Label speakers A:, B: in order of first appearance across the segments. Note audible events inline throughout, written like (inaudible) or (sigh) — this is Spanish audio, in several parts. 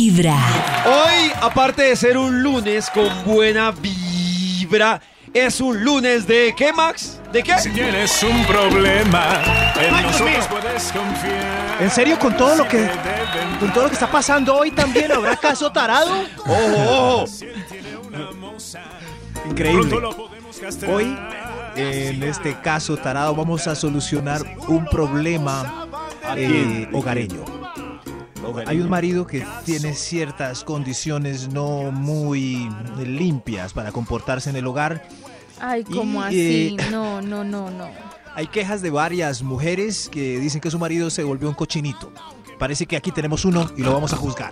A: Vibra.
B: Hoy, aparte de ser un lunes con buena vibra, es un lunes de ¿qué, Max? ¿De qué?
C: Si tienes un problema, en
D: Ay, Dios
C: nosotros
D: mío.
C: puedes confiar.
D: ¿En serio con todo lo que
C: Te deben
D: con todo lo que está pasando hoy también habrá caso tarado?
B: Ojo, ojo.
D: Increíble.
C: lo podemos gastar.
D: Hoy en este caso tarado vamos a solucionar un problema eh, hogareño. Hay un marido que tiene ciertas condiciones no muy limpias para comportarse en el hogar.
E: Ay,
D: Y,
E: ¿cómo
D: eh,
E: así? No, no, no, no.
D: Hay quejas de varias mujeres que dicen que su marido se volvió un cochinito. Parece que aquí tenemos uno y lo vamos a juzgar.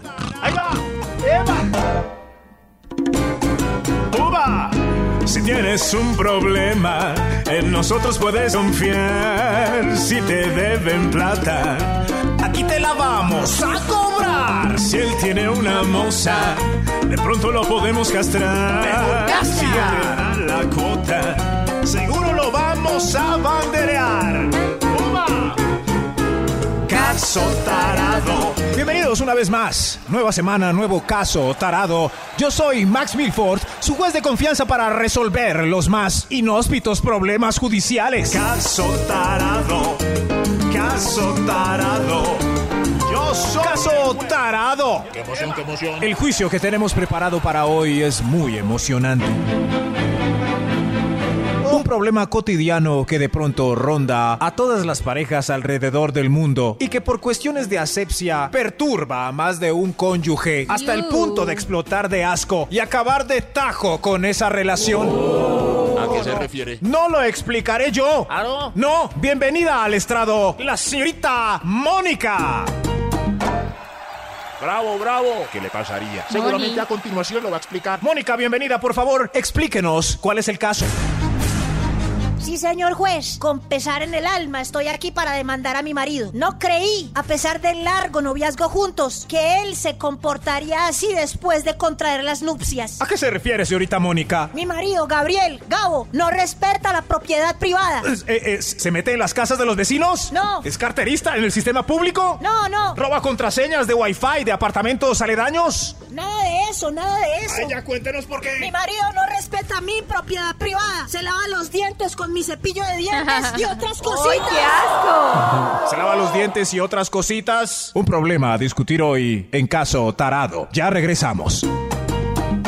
C: ¡Uva! Si tienes un problema, en nosotros puedes confiar. Si te deben plata, aquí te la vamos a cobrar. Si él tiene una moza, de pronto lo podemos castrar. Si él le da la cuota, seguro lo vamos a banderear. ¡Uva! Caso tarado.
D: Bienvenidos una vez más. Nueva semana, nuevo caso, tarado. Yo soy Max Milford, su juez de confianza para resolver los más inhóspitos problemas judiciales.
C: Caso tarado, caso tarado. Yo soy
D: Caso tarado. El juicio que tenemos preparado para hoy es muy emocionante. Un problema cotidiano que de pronto ronda a todas las parejas alrededor del mundo y que por cuestiones de asepsia perturba a más de un cónyuge hasta el
E: Yu.
D: punto de explotar de asco y acabar de tajo con esa relación.
F: ¿A qué se refiere? Ah,
D: No lo explicaré yo. No, bienvenida al estrado, la señorita Mónica.
F: ¡Bravo, bravo! ¿Qué le pasaría? Seguramente a continuación lo va a explicar.
D: Mónica, bienvenida, por favor, explíquenos cuál es el caso.
G: Sí, señor juez, con pesar en el alma estoy aquí para demandar a mi marido. No creí, a pesar del largo noviazgo juntos, que él se comportaría así después de contraer las nupcias.
D: ¿A qué se refiere, señorita Mónica?
G: Mi marido, Gabriel, Gabo, no respeta la propiedad privada.
D: Es- eh, eh, ¿Se mete en las casas de los vecinos?
G: No.
D: ¿Es carterista en el sistema público?
G: No, no,
D: ¿Roba contraseñas de wifi de apartamentos aledaños?
G: nada de eso, nada de eso.
F: cuéntenos por
G: Mi
F: qué.
G: marido no respeta mi propiedad privada. Se lava los dientes con mi cepillo de dientes y
E: (laughs)
G: otras
E: ¡Ay, qué
G: cositas.
E: asco!
D: ¿Se lava los dientes y otras cositas? Un problema a discutir hoy en caso tarado. Ya regresamos.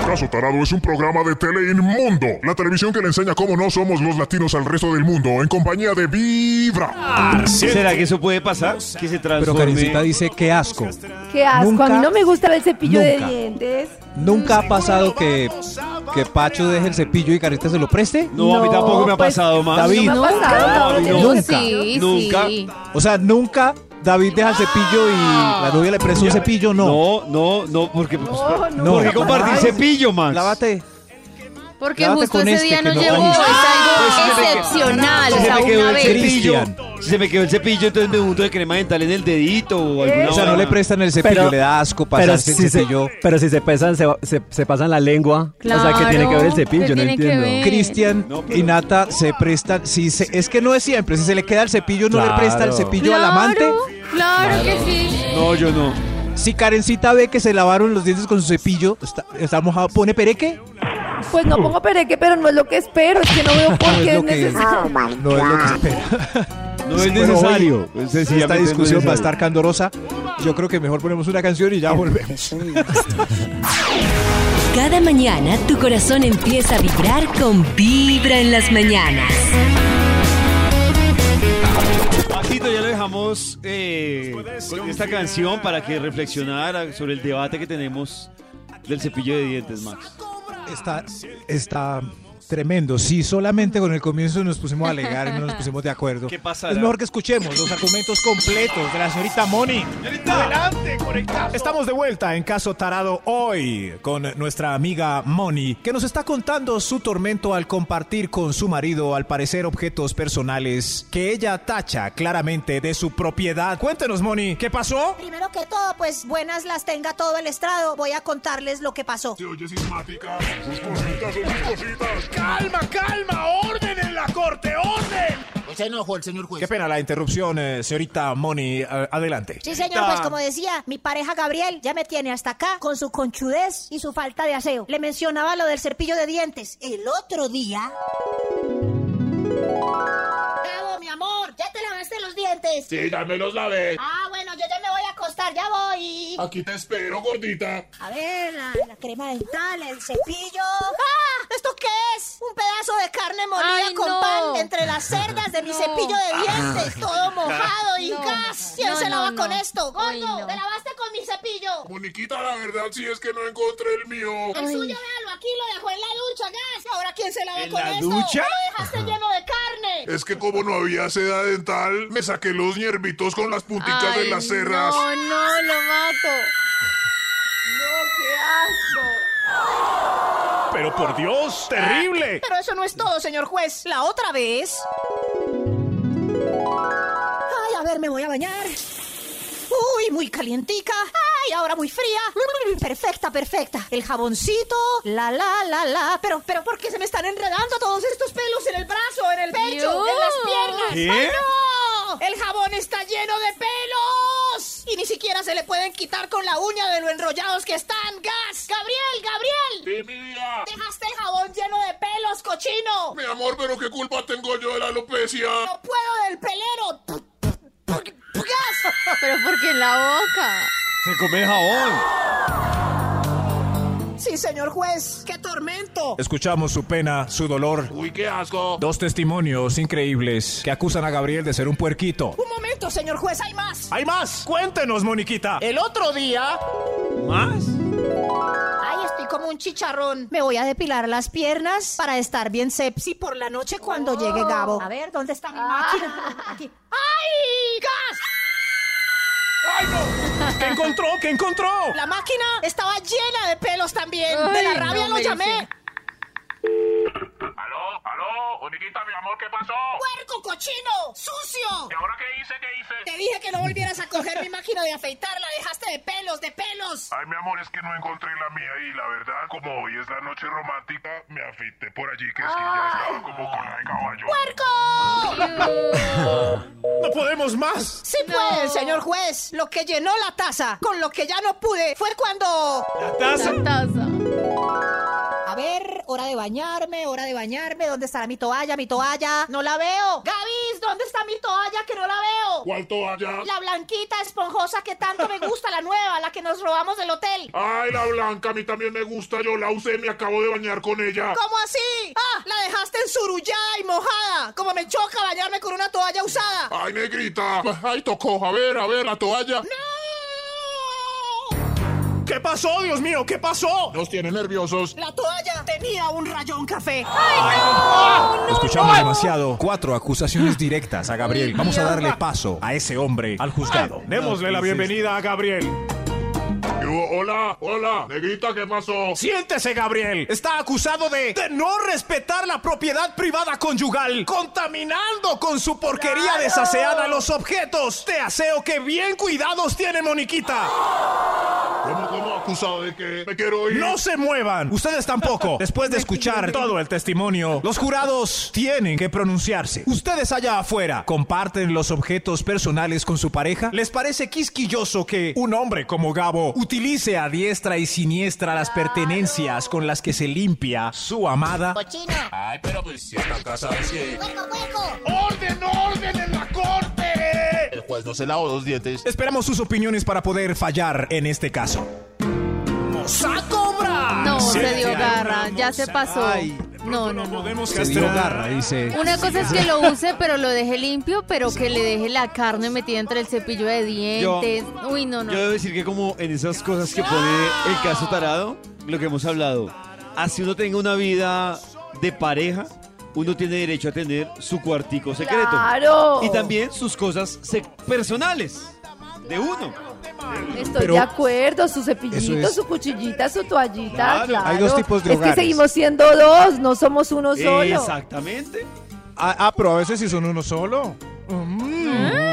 H: Caso Tarado es un programa de tele inmundo. La televisión que le enseña cómo no somos los latinos al resto del mundo en compañía de Vibra.
B: ¿Será que eso puede pasar? Que se transforme.
D: dice que asco.
E: ¡Qué asco!
I: Nunca,
E: a mí no me gusta el cepillo
I: nunca.
E: de dientes.
I: Nunca ha pasado que, que Pacho deje el cepillo y Carita se lo preste.
B: No, a mí
E: No,
B: tampoco me ha
E: pues,
B: pasado, Max.
I: David.
E: No me ha
I: Nunca.
E: pasado.
B: Nunca.
E: Yo
I: Nunca.
E: Sí,
B: Nunca.
E: sí.
I: O sea, nunca David deja el cepillo y la novia le presta un cepillo, no.
B: No, no, no, porque... pues,
E: No,
B: por-
E: no.
B: ¿Por qué compartir
I: Ay,
B: cepillo, Max?
I: Lávate.
E: Porque
I: Lávate
E: justo
I: con
E: ese
I: este,
E: día
I: que
E: no
I: no
E: llegó.
I: vayas.
E: Es
B: Pues,
E: algo
B: se me
E: excepcional.
B: Si
E: O
B: se
E: sea,
B: me quedó
E: una
B: el
E: vez.
B: cepillo,
I: Cristian.
B: si se me quedó el cepillo, entonces me unto de crema dental en el dedito o alguna
I: O sea, no
B: vaina.
I: le prestan el cepillo,
J: Pero-
I: le da asco
J: Pero
I: pasarse
J: si,
I: el
J: se,
I: cepillo.
J: pero si se pesan, se, se- se pasan la lengua. o sea,
E: Claro,
J: que tiene que ver el
E: ¿qué
J: cepillo, no
E: tiene que
J: entiendo.
E: ver?
I: Cristian
B: No, pero-
I: y Nata se prestan, si se, es que no es siempre, si se le queda el cepillo no le
J: Claro.
I: presta el cepillo al amante.
E: Claro, claro que sí.
B: No, yo no.
I: Si Karencita ve que se lavaron los dientes con su cepillo, está, está mojado, pone pereque.
E: Pues no pongo pereque, pero no es lo que espero. Es que no veo por
I: No
E: qué
I: es
E: es
I: lo que,
E: necesario.
I: no es lo que espera.
B: No es
I: Bueno,
B: necesario.
I: hoy
B: Sencillamente
I: Esta
B: no es
I: discusión va a
B: necesario.
I: estar candorosa. Yo creo que mejor ponemos una canción y ya volvemos.
A: Cada mañana tu corazón empieza a vibrar con Vibra en las mañanas.
B: Maxito, ya lo dejamos eh, con esta canción para que reflexionara sobre el debate que tenemos del cepillo de dientes, Max.
I: Está, está tremendo. Si solamente con el comienzo nos pusimos a alegar y no nos pusimos de acuerdo.
B: ¿Qué pasará?
I: Es mejor que escuchemos los argumentos completos de la señorita Moni.
D: Estamos de vuelta en Caso Tarado hoy con nuestra amiga Moni, que nos está contando su tormento al compartir con su marido, al parecer, objetos personales que ella tacha claramente de su propiedad. Cuéntenos, Moni, ¿qué pasó?
G: Primero que todo, pues buenas las tenga todo el estrado. Voy a contarles lo que pasó.
H: Se oye sismática. Sus cositas, sus cositas.
C: ¡Calma, calma! ¡Orden en la corte! ¡Orden!
K: Se enojó el señor juez.
D: Qué pena la interrupción, eh, señorita Moni. eh, adelante.
L: Sí, señor, pues como decía, mi pareja Gabriel ya me tiene hasta acá con su conchudez y su falta de aseo. Le mencionaba lo del cepillo de dientes. El otro día. Gabo, mi amor, ¿ya te lavaste los dientes?
H: Sí, ya me los lavé.
L: Ah, bueno, yo ya me voy a acostar, ya voy.
H: Aquí te espero, gordita.
L: A ver, la, la crema dental, el cepillo. ¡Ah! ¿Esto qué es? Un pedazo de carne molida
E: Ay,
L: con
E: no.
L: pan entre las cerdas de mi
E: No.
L: cepillo
H: Ah.
L: de dientes.
H: (laughs)
L: Todo mojado y
E: No.
L: gas. ¿Quién
E: No,
L: se
E: no,
L: lava
E: no.
L: con esto? Gordo,
E: Ay, no.
L: ¿te lavaste con mi cepillo?
H: Moniquita, la verdad sí es que no encontré el mío.
L: El suyo, véalo, aquí lo dejó en la ducha, gas. Ahora, ¿quién se lava
H: ¿En
L: con
H: la
L: esto?
H: ducha?
L: Lo dejaste lleno de carne.
H: Es que como no había seda dental, me saqué los hierbitos con las punticas de las cerdas.
E: No, no, lo mato.
C: Pero por Dios, terrible.
L: Pero eso no es todo, señor juez. La otra vez. Ay, a ver, me voy a bañar. Uy, muy calientica. Ay, ahora muy fría. Perfecta, perfecta. El jaboncito. La, la, la, la. Pero, pero, ¿por qué se me están enredando todos estos pelos en el brazo, en el pecho, en las piernas?
B: ¿Qué?
L: ¡Ay, no! ¡El jabón está lleno de pelos! Y ni siquiera se le pueden quitar con la uña de lo enrollados que están. ¡Gas! ¡Gabriel, Gabriel!
H: Sí, mi vida.
L: ¡Dejaste el jabón lleno de pelos, cochino!
H: Mi amor, pero qué culpa tengo yo de la alopecia.
L: ¡No puedo del pelero! ¡Gas!
E: Pero porque en la boca.
B: Se come el jabón.
L: Sí, señor juez. ¡Qué tormento!
D: Escuchamos su pena, su dolor.
H: Uy, qué asco.
D: Dos testimonios increíbles que acusan a Gabriel de ser un puerquito.
L: Un momento, señor juez, hay más.
D: ¡Hay más! ¡Cuéntenos, Moniquita!
K: El otro día.
B: ¿Más?
L: Ay, estoy como un chicharrón. Me voy a depilar las piernas para estar bien sepsi por la noche cuando llegue Gabo. A ver, ¿dónde está mi máquina? Aquí. (laughs) ¡Ay! ¡Gas!
D: ¿Qué encontró? ¿Qué encontró?
L: La máquina estaba llena de pelos también. de la
E: Ay,
L: rabia
E: no
L: lo
E: me
L: llamé.
E: dice.
H: Aló, aló, Moniquita, mi amor, ¿qué pasó?
L: ¡Puerco cochino! ¡Sucio!
H: ¿Y ahora qué hice? ¿Qué hice?
L: Te dije que no volvieras a coger mi máquina de afeitar. La dejaste de pelos, de pelos.
H: Ay, mi amor, es que no encontré la mía y la verdad, como hoy es la noche romántica, me afeité por allí, que es que ya estaba como con la de caballo.
L: ¡Puerco!
D: (laughs) ¡No podemos más!
L: Sí puede, señor juez. Lo que llenó la taza, con lo que ya no pude, fue cuando...
B: La taza.
E: La taza.
L: A ver, hora de bañarme, hora de bañarme. ¿Dónde estará mi toalla? Mi toalla. No la veo. Gavis, ¿dónde está mi toalla que no la veo?
H: ¿Cuál toalla?
L: La blanquita esponjosa que tanto me gusta, la nueva, la que nos robamos del hotel.
H: Ay, la blanca, a mí también me gusta, yo la usé, me acabo de bañar con ella.
L: ¿Cómo así? Ah, la dejaste ensurullada y mojada. Como me choca bañarme con una toalla usada.
H: Ay, negrita. Ay, tocó, a ver, a ver, la toalla.
L: ¡No!
D: ¿Qué pasó, Dios mío? ¿Qué pasó?
H: Nos tiene nerviosos.
L: La toalla tenía un rayón café.
D: Escuchamos demasiado. Cuatro acusaciones directas a Gabriel. Vamos a darle paso a ese hombre al juzgado.
C: Démosle la bienvenida a Gabriel.
H: Yo, hola, hola, negrita, ¿qué pasó?
D: Siéntese, Gabriel. Está acusado de, de no respetar la propiedad privada conyugal, contaminando con su porquería desaseada los objetos de aseo que bien cuidados tiene Moniquita.
H: ¿Cómo, cómo, acusado de que me quiero ir?
D: No se muevan. Ustedes (laughs) tampoco. Después de escuchar todo el testimonio, los jurados tienen que pronunciarse. Ustedes allá afuera comparten los objetos personales con su pareja. ¿Les parece quisquilloso que un hombre como Gabo utilice a diestra y siniestra las pertenencias con las que se limpia su amada?
L: Cochina.
H: Ay, pero pues si está casada, sí.
L: Hueco, hueco.
H: ¡Orden, orden en la corte! El juez no se lavó los dientes.
D: Esperamos sus opiniones para poder fallar en este caso.
C: ¡Mosa cobra!
E: No,
C: Sí,
E: se dio
C: ya.
E: garra, ya se pasó.
I: Ay,
E: no, no,
C: No
E: no.
C: podemos
D: Se dio
C: castrar.
D: garra, dice.
E: Una cosa es que lo use, pero lo deje limpio, pero que le deje la carne metida entre el cepillo de dientes. Uy, no, no.
B: Yo debo decir que como en esas cosas que pone el caso tarado, lo que hemos hablado, así uno tenga una vida de pareja, uno tiene derecho a tener su cuartico secreto.
M: Claro.
B: Y también sus cosas sec- personales de uno.
M: Estoy
I: Pero-
M: de acuerdo, su cepillito,
I: Eso es.
M: su cuchillita, su toallita. Claro.
B: Claro.
I: Hay dos tipos de
M: Es que
I: hogares.
M: seguimos siendo dos, no somos uno solo.
B: Exactamente.
I: Ah, ah, pero a veces si son uno solo. Mm,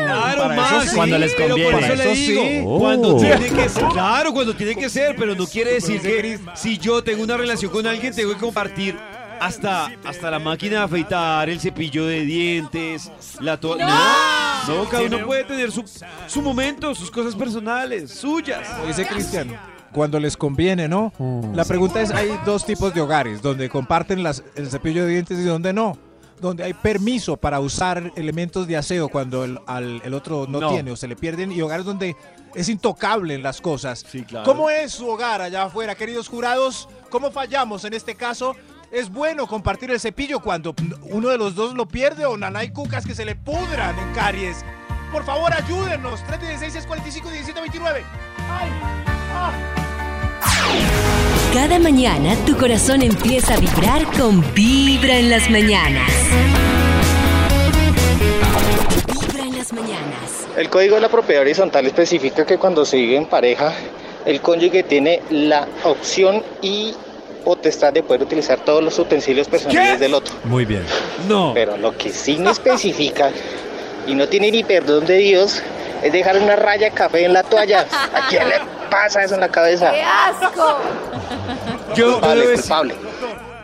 B: Claro,
I: Para eso
B: más
I: sí, Ah, Cuando les
B: pero por
I: conviene.
B: eso le
I: Eso sí.
B: digo,
I: Oh.
B: cuando tiene que ser, claro, cuando tiene que ser, pero no quiere decir que si yo tengo una relación con alguien tengo que compartir Hasta, hasta la máquina de afeitar, el cepillo de dientes, la toalla. No. no, cada uno puede tener su, su momento, sus cosas personales, suyas.
D: Dice Cristian, cuando les conviene, ¿no? La pregunta es, hay dos tipos de hogares, donde comparten las- el cepillo de dientes y donde no. Donde hay permiso para usar elementos de aseo cuando el, al- el otro no,
N: No.
D: tiene o se le pierden y hogares donde es intocable en las cosas.
B: claro.
D: ¿Cómo es su hogar allá afuera, queridos jurados? ¿Cómo fallamos en este caso? ¿Es bueno compartir el cepillo cuando uno de los dos lo pierde o nanay cucas que se le pudran en caries? Por favor, ayúdenos. 316-645-1729. ¡Ay! ¡Ah!
G: Cada mañana tu corazón empieza a vibrar con Vibra en las mañanas. Vibra en las mañanas.
J: El código de la propiedad horizontal especifica que cuando se vive en pareja, el cónyuge tiene la opción y potestad de poder utilizar todos los utensilios personales del otro.
C: Muy bien.
B: No.
J: Pero lo que sí no especifica y no tiene ni perdón de Dios es dejar una raya café en la toalla. ¿A quién le pasa eso en la cabeza?
L: ¡Qué asco!
B: Yo, yo
J: Culpable,
B: debo, dec-
J: culpable.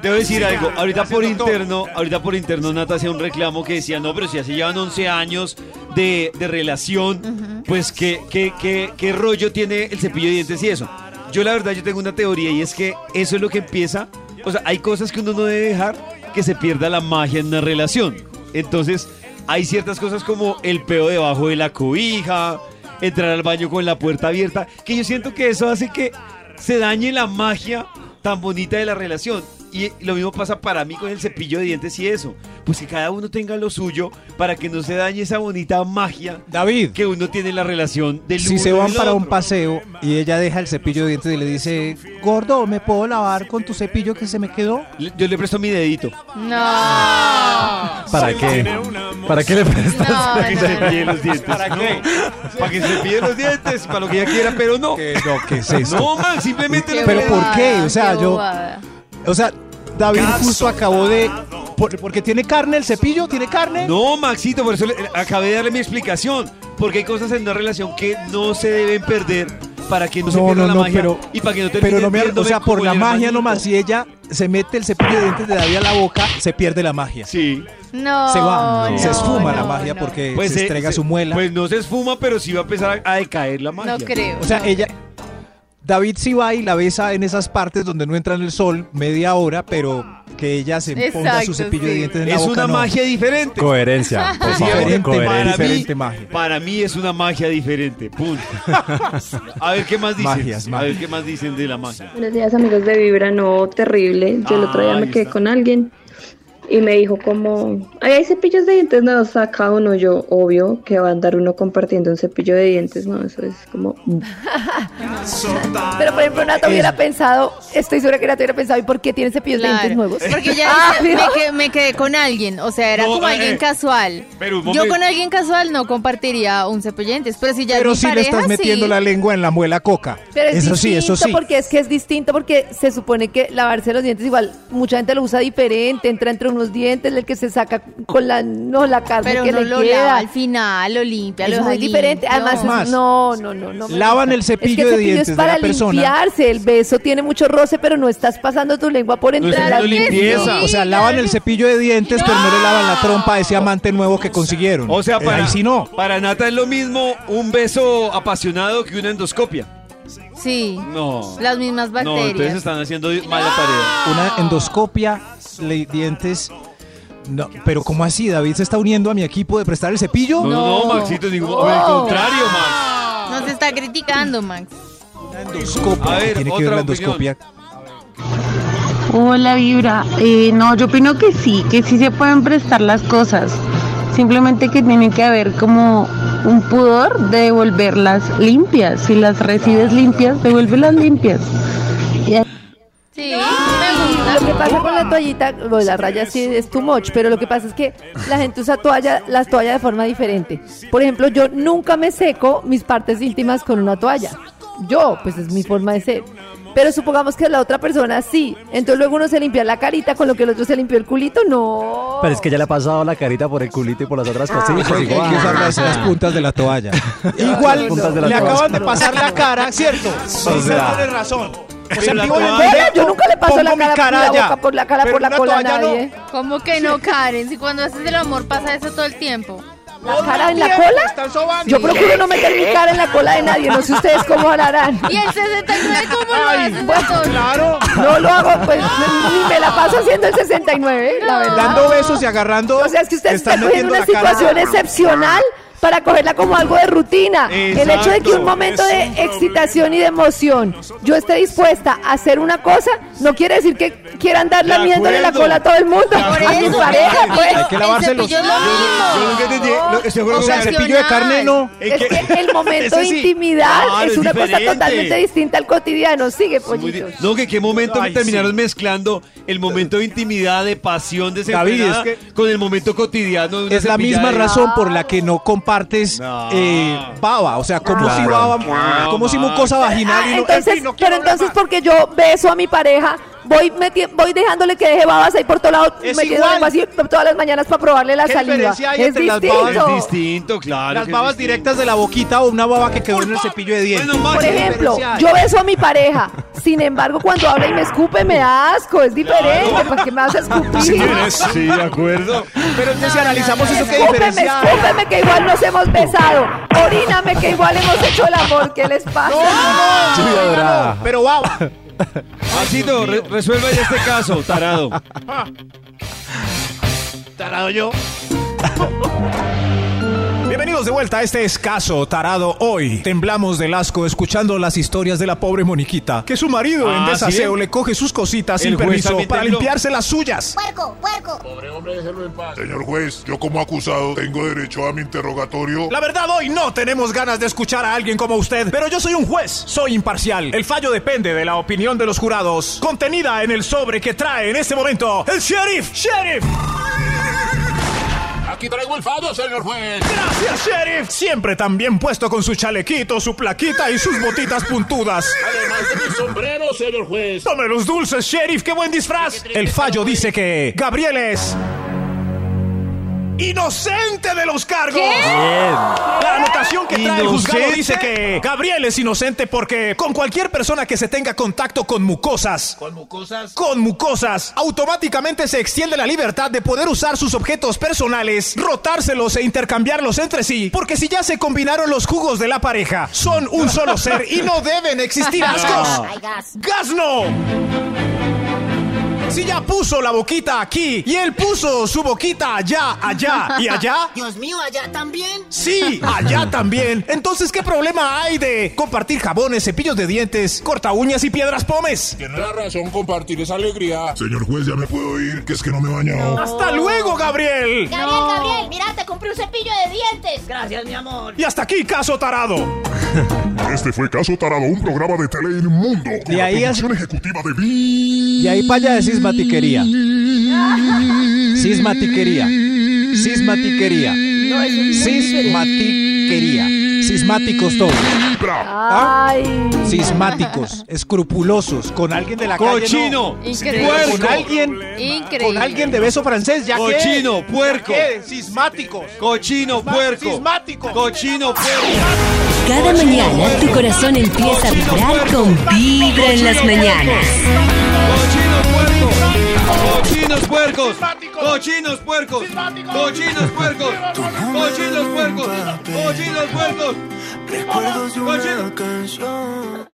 B: debo decir algo. Ahorita por interno, ahorita por interno Nata hacía un reclamo que decía, no, pero si así llevan 11 años de, de relación, pues ¿qué, qué, qué, qué rollo tiene el cepillo de dientes y eso. Yo la verdad, yo tengo una teoría y es que eso es lo que empieza. O sea, hay cosas que uno no debe dejar que se pierda la magia en una relación. Entonces, hay ciertas cosas como el peo debajo de la cobija, entrar al baño con la puerta abierta, que yo siento que eso hace que se dañe la magia tan bonita de la relación. Y lo mismo pasa para mí con el cepillo de dientes y eso. Pues que cada uno tenga lo suyo para que no se dañe esa bonita magia
D: David.
B: que uno tiene en la relación del
D: Si
B: uno
D: se
B: y
D: van
B: del
D: para
B: otro.
D: un paseo y ella deja el cepillo de dientes y le dice, gordo, ¿me puedo lavar con tu cepillo que se me quedó?
B: Le- Yo le presto mi dedito.
E: No.
C: ¿Para qué? ¿Para qué le prestas?
E: No,
B: Para que
E: no,
B: se
E: no.
B: pille los dientes. ¿Para qué? Para que se pille los dientes, para lo que ella quiera, pero no.
D: no, (laughs) ¿qué es eso?
B: No, man, simplemente
D: Pero ¿por qué? O sea,
E: Qué
D: yo...
E: bobada.
D: O sea, David justo acabó de... por- porque tiene carne el cepillo, tiene carne.
B: No, Maxito, por eso le- acabé de darle mi explicación. Porque hay cosas en una relación que no se deben perder para que no, se
D: No,
B: pierda
D: no,
B: la
D: no,
B: magia
D: pero-
B: y para que no termine
D: Pero no me... O
B: viéndome
D: sea, por
B: como
D: la
B: el
D: magia
B: hermanito.
D: nomás, si ella se mete el cepillo de dientes de David a la boca, se pierde la magia.
B: Sí.
E: No.
D: se va,
E: no,
D: se esfuma la
E: no,
D: magia
E: no.
D: porque
B: Pues
D: se
B: se-
D: estrega
B: se-
D: su muela.
B: Pues no se esfuma, pero sí va a empezar a, a decaer la magia.
E: No creo.
D: O sea, ella. David sí va y la besa en esas partes donde no entra en el sol media hora, pero que ella se ponga
E: Exacto,
D: su cepillo de
E: sí.
D: dientes en la
B: Es
D: boca,
B: una
D: no.
B: magia diferente.
C: Coherencia, por favor,
D: Diferente,
C: coherencia.
D: diferente magia.
B: Para mí es una magia diferente. Punto.
D: (laughs)
B: A ver qué más dicen.
D: Magias,
B: A ver qué más dicen de la magia.
O: Buenos días amigos de Vibra, no, terrible. Yo el otro día
B: Ah,
O: me
B: ahí
O: quedé
B: está.
O: con alguien y me dijo como, "Ay, hay cepillos de dientes, no, saca uno yo, obvio que va a andar uno compartiendo un cepillo de dientes, no, eso es como...
L: Pero por ejemplo, Nata hubiera pensado, estoy segura que Nata hubiera pensado, ¿y por qué tiene cepillos de dientes
E: Claro,
L: nuevos?
E: Porque
M: (laughs)
E: ya
L: Ah,
E: dice,
L: ¿vio?
E: me, que- me quedé con alguien, o sea, era
B: No,
E: como
B: eh,
E: alguien
B: eh,
E: casual.
B: pero un
E: Yo
B: momento.
E: con alguien casual no compartiría un cepillo de dientes, pero si ya es
D: Pero
E: mi
D: si le
E: pareja,
D: estás metiendo
E: sí.
D: la lengua en la muela coca.
L: Pero es
D: eso sí, eso
L: distinto,
D: sí.
L: porque es que es distinto, porque se supone que lavarse los dientes igual, mucha gente lo usa diferente, entra entre unos dientes, el que se saca con la, no, la carne
E: Pero
L: que
E: no
L: le
E: lo
L: queda.
E: lava al final, lo limpia,
L: es
E: lo
L: muy
E: deja
L: diferente,
E: limpio.
L: además es-
D: Más.
L: no, no, no, no me
D: Lavan
L: gusta.
D: el cepillo de
L: es que el cepillo
D: dientes de
L: es para
D: la persona.
L: limpiarse, el beso tiene mucho roce, pero no estás pasando tu lengua por
B: No
L: entre
B: está
L: las
B: haciendo limpieza.
D: O sea, lavan el cepillo de dientes, pero no le lavan la trompa a ese amante nuevo que consiguieron.
B: O sea,
D: Eh,
B: para,
D: Ahí sí no.
B: para Nata es lo mismo un beso apasionado que una endoscopia.
E: Sí,
B: No.
E: las mismas
B: No, entonces
E: bacterias.
B: están haciendo mala tarea.
D: Una endoscopia, le dientes. No, pero ¿cómo así? ¿David se está uniendo a mi equipo de prestar el cepillo?
B: No, no, no, Maxito, ningún, al contrario, Max.
E: Nos está criticando, Max.
D: Endoscopia,
B: A
D: ¿qué
B: ver,
D: tiene que
B: otra
D: ver la
B: opinión.
D: endoscopia.
P: Hola Vibra, Eh, no, yo opino que sí, que sí se pueden prestar las cosas, simplemente que tiene que haber como un pudor de devolverlas limpias, si las recibes limpias, devuélvelas limpias. Y a-
E: Sí, me gusta.
L: Lo que pasa con la toallita, bueno, la raya sí es too much, pero lo que pasa es que la gente usa toalla, las toallas de forma diferente. Por ejemplo, yo nunca me seco mis partes íntimas con una toalla. Yo, pues es mi forma de ser. Pero supongamos que la otra persona sí. Entonces luego uno se limpia la carita con lo que el otro se limpió el culito. No.
C: Pero es que ya le ha pasado la carita por el culito y por las otras cositas.
D: Hay que
C: igual.
D: usar las, las puntas de la toalla.
C: Las puntas de
D: Igual
C: la
D: le
C: toalla.
D: acaban de pasar la cara, ¿cierto? Sí,
C: sea.
D: tiene razón.
Q: O sea,
B: la
Q: vivo en el
B: toalla-
Q: directo,
L: Yo nunca le paso
Q: pongo
L: la
Q: mi
L: cara por la
Q: allá,
L: boca, por la cara,
Q: pero
L: por la
Q: una
L: cola a
Q: toalla no.
L: nadie.
E: ¿Cómo que no, Karen? Si cuando haces el amor pasa eso todo el tiempo.
L: ¿La cara en la cola? Yo procuro no meter mi cara en la cola de nadie. No sé ustedes cómo harán.
E: ¿Y el 69 cómo lo haces?
Q: claro.
L: No lo hago, pues ni me la paso haciendo el 69, la verdad.
Q: Dando besos y agarrando.
L: O sea, es que ustedes
Q: están
L: están en
Q: metiendo
L: una
Q: la cara.
L: situación excepcional para cogerla como algo de rutina. el hecho de que
Q: Exacto.
L: un momento de excitación y de emoción yo esté dispuesta a hacer una cosa, no quiere decir que quiera andar lamiéndole la cola a todo el mundo, a mi pareja, pues.
Q: Hay que lavarse los. O sea, el cepillo de carne no.
L: Es que el momento de
B: Ese sí.
L: intimidad
B: Claro,
L: es
B: es
L: una cosa
B: diferente.
L: totalmente distinta al cotidiano. Sigue, pollitos.
B: No, que qué momento
L: Ay,
B: terminaron mezclando el momento de intimidad, de pasión, de
Q: David, es
B: con el momento cotidiano. de una
D: Es la
B: cepillada
D: misma
B: de-
D: razón por la que no compartes eh, baba. O sea, como si
Q: Claro.
D: baba, como si mucosa vaginal
L: Ah,
D: y no.
L: entonces, pero entonces porque yo beso a mi pareja, voy meti- voy dejándole que deje babas ahí por todo lado,
Q: Es
L: metiendo
Q: igual.
L: algo así todas las mañanas para probarle la
Q: ¿Qué
L: saliva.
Q: diferencia hay
L: Es
Q: entre las
L: distinto.
Q: babas?
B: Es distinto, claro.
Q: Las
B: que es
Q: babas
B: distinto.
Q: directas de la boquita o una baba que quedó en el cepillo de dientes.
L: Por ejemplo, yo beso a mi pareja. Sin embargo, cuando habla y me escupe, me da asco. Es diferente, porque me vas a escupir.
B: Sí, de acuerdo.
Q: Pero entonces si analizamos eso, ¿qué
L: Escúpeme,
Q: diferencia hay?
L: escúpeme, que igual nos hemos besado. Oríname, que igual hemos hecho el amor. ¿Qué les pasa?
B: Lluvia dorada.
Q: Pero baba.
B: Maxito, re- resuelva ya este
Q: (laughs)
B: caso, tarado.
Q: Tarado yo.
D: Bienvenidos de vuelta a este escaso tarado hoy. Temblamos del asco escuchando las historias de la pobre Moniquita, que su marido en
Q: Ah,
D: desaseo
Q: ¿sí?
D: le coge sus cositas sin
Q: El juez
D: permiso
Q: también
D: para
Q: tembló.
D: limpiarse las suyas.
R: Puerco, puerco.
H: Señor juez, yo como acusado tengo derecho a mi interrogatorio.
D: La verdad, hoy no tenemos ganas de escuchar a alguien como usted, pero yo soy un juez, soy imparcial. El fallo depende de la opinión de los jurados, contenida en el sobre que trae en este momento el sheriff. ¡Sheriff!
S: Aquí traigo el fallo, señor juez.
D: ¡Gracias, sheriff! Siempre tan bien puesto con su chalequito, su plaquita y sus botitas puntudas.
S: Además de mi sombrero, señor juez.
D: Tome los dulces, sheriff, qué buen disfraz. El fallo dice que Gabriel es inocente de los cargos. La anotación que trae el juzgado
Q: ¿Inocente?
D: dice que Gabriel es inocente porque con cualquier persona que se tenga contacto con mucosas,
S: Con mucosas.
D: con mucosas, automáticamente se extiende la libertad de poder usar sus objetos personales, rotárselos e intercambiarlos entre sí, porque si ya se combinaron los jugos de la pareja, son un solo ser y no deben existir ascos.
S: Ay, gas.
D: ¡Gas no! Si ya puso la boquita aquí y él puso su boquita allá, allá y allá,
R: Dios mío, allá también.
D: Sí, allá también. Entonces, ¿qué problema hay de compartir jabones, cepillos de dientes, corta uñas y piedras pomes?
S: Tiene la razón compartir esa alegría.
H: Señor juez, ya me puedo ir, que es que no me he bañado.
D: ¡Hasta luego, Gabriel!
T: Gabriel, Gabriel, mira, te compré un cepillo de dientes. Gracias, mi amor.
D: Y hasta aquí, caso tarado.
H: Este fue Caso Tarado, un programa de tele inmundo. Con
Q: De
H: la
Q: ahí es-
H: producción ejecutiva de Vi.
Q: Y ahí para allá es sismatiquería. Sismatiquería. Sismatiquería. Sismatiquería. Sismáticos todos.
L: Ay.
D: Sismáticos, escrupulosos, con alguien de la calle. no.
B: Cochino,
Q: Increíble.
D: Con alguien,
E: Increíble.
D: con alguien de beso francés, ya que.
B: Cochino, puerco.
Q: Sismáticos.
B: Cochino, puerco. Cochino, puerco.
G: Cada mañana tu corazón empieza a vibrar con Vibra en las mañanas.
B: Cochinos puercos, cochinos puercos, cochinos puercos, cochinos puercos, cochinos puercos.
U: Recuerdos de una canción.